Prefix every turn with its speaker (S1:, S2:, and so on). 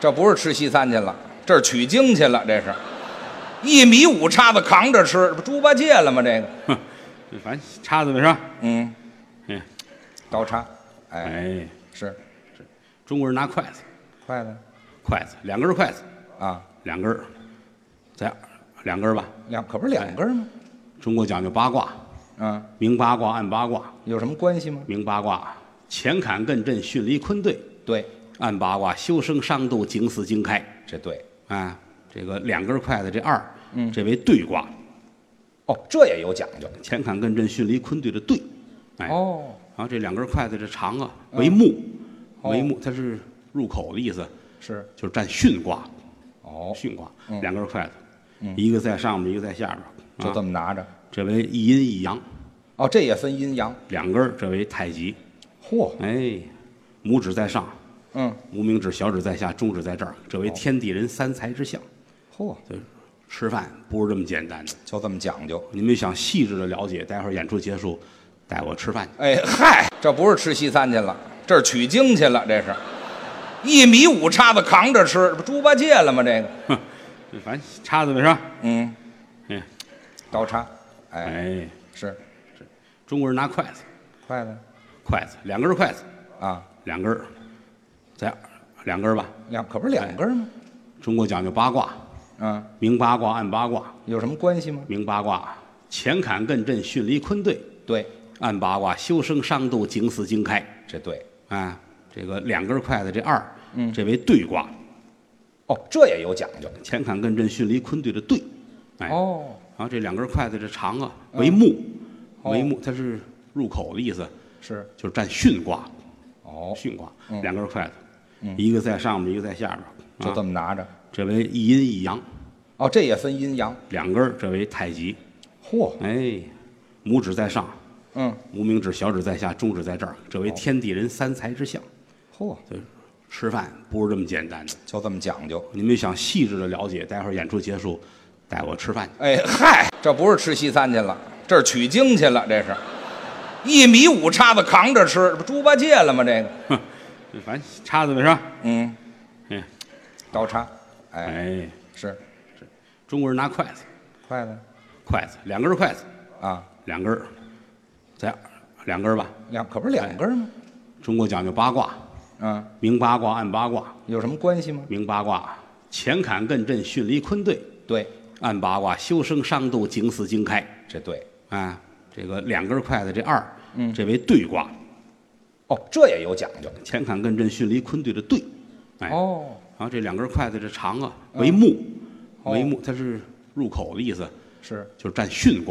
S1: 这不是吃西餐去了，这是取经去了，这是。一米五叉子扛着吃，这不猪八戒了吗？这个，
S2: 哼， 反正叉子呗是吧？
S1: 嗯，
S2: 嗯，
S1: 刀叉，哎，
S2: 哎，
S1: 是
S2: 中国人拿筷子，
S1: 筷子
S2: 筷子两根筷子，
S1: 啊，
S2: 两根儿，再两根儿吧。
S1: 两可不是两根吗？
S2: 中国讲究八卦，
S1: 啊，
S2: 明八卦暗八卦，
S1: 有什么关系吗？
S2: 明八卦乾坎艮震巽离坤兑，
S1: 对，
S2: 暗八卦修生伤度景死经开
S1: 这对。
S2: 啊。这个两根筷子这二，嗯，这为兑卦，
S1: 哦，这也有讲究。
S2: 乾坎艮震巽离坤兑的兑，哎，
S1: 哦，嗯
S2: 然后这两根筷子这长啊为木，
S1: 哦
S2: 为木它是入口的意思，
S1: 是
S2: 就是占巽卦，
S1: 哦，
S2: 巽卦，两根筷子，一个在上面，一个在下边儿，
S1: 就这
S2: 么，
S1: 么拿着。
S2: 这为一阴一阳，
S1: 哦，这也分阴阳。
S2: 两根儿这为太极，
S1: 嚯，
S2: 哎，拇指在上，
S1: 嗯，
S2: 无名指、小指在下，中指在这儿，这为天地人三才之象。
S1: 嚯，
S2: 就是吃饭不是这么简单的，
S1: 就这么讲究。
S2: 你们想细致的了解，待会儿演出结束，带我吃饭去。
S1: 哎嗨，这不是吃西餐去了，这是取经去了，这是。一米五叉子扛着吃，这不猪八戒了吗？这个，
S2: 哼， 反正叉子呗是吧？
S1: 嗯，
S2: 嗯，
S1: 刀叉，哎，
S2: 哎，
S1: 是
S2: 中国人拿筷子，
S1: 筷子
S2: 筷子两根儿筷子，
S1: 啊，
S2: 两根儿，再两根儿吧。
S1: 两可不是两根吗？
S2: 中国讲究八卦，
S1: 啊，
S2: 明八卦暗八卦，
S1: 有什么关系吗？
S2: 明八卦乾坎艮震巽离坤兑，
S1: 对，
S2: 暗八卦修生伤度景死经开。
S1: 这对。
S2: 啊，这个两根筷子这二，嗯，这为兑卦，
S1: 哦，这也有讲究。
S2: 乾坎艮震巽离坤兑的兑，哎，
S1: 哦，
S2: 然后这两根筷子这长啊为木，
S1: 嗯哦
S2: 为木它是入口的意思，
S1: 是
S2: 就是占巽卦，
S1: 哦，嗯
S2: 巽卦，两根筷子，一个在上面，一个在下边儿，
S1: 就这
S2: 么，
S1: 么拿着。
S2: 这为一阴一阳，
S1: 哦，这也分阴阳。
S2: 两根儿这为太极，
S1: 嚯，
S2: 哎，拇指在上，
S1: 嗯，
S2: 无名指、小指在下，中指在这儿，这
S1: 哦
S2: 为天地人三才之象，
S1: 嚯，
S2: 就是吃饭不是这么简单的。
S1: 就这么讲究。
S2: 你们想细致的了解，待会儿演出结束，带我吃饭去。
S1: 哎嗨，这不是吃西餐去了，这是取经去了，这是。一米五叉子扛着吃，这不猪八戒了吗？这个，
S2: 哼， 反正叉子呗是吧？
S1: 嗯，
S2: 嗯，
S1: 刀叉，哎，
S2: 哎，
S1: 是
S2: 中国人拿筷子，
S1: 筷子
S2: 筷子两根儿筷子，
S1: 啊，
S2: 两根儿，再两根儿吧。
S1: 两可不是两根吗？
S2: 中国讲究八卦，
S1: 啊，
S2: 明八卦暗八卦，
S1: 有什么关系吗？
S2: 明八卦乾坎艮震巽离坤兑，
S1: 对，
S2: 暗八卦修生伤度景死经开。
S1: 这对。
S2: 啊，这个两根儿筷子这二，嗯，这为兑卦，
S1: 哦，这也有讲究。
S2: 乾坎艮震巽离坤兑的兑，哎，
S1: 哦，
S2: 然后这两根筷子这长啊为木，
S1: 哦
S2: 为木它是入口的意思，
S1: 是
S2: 就是占巽卦。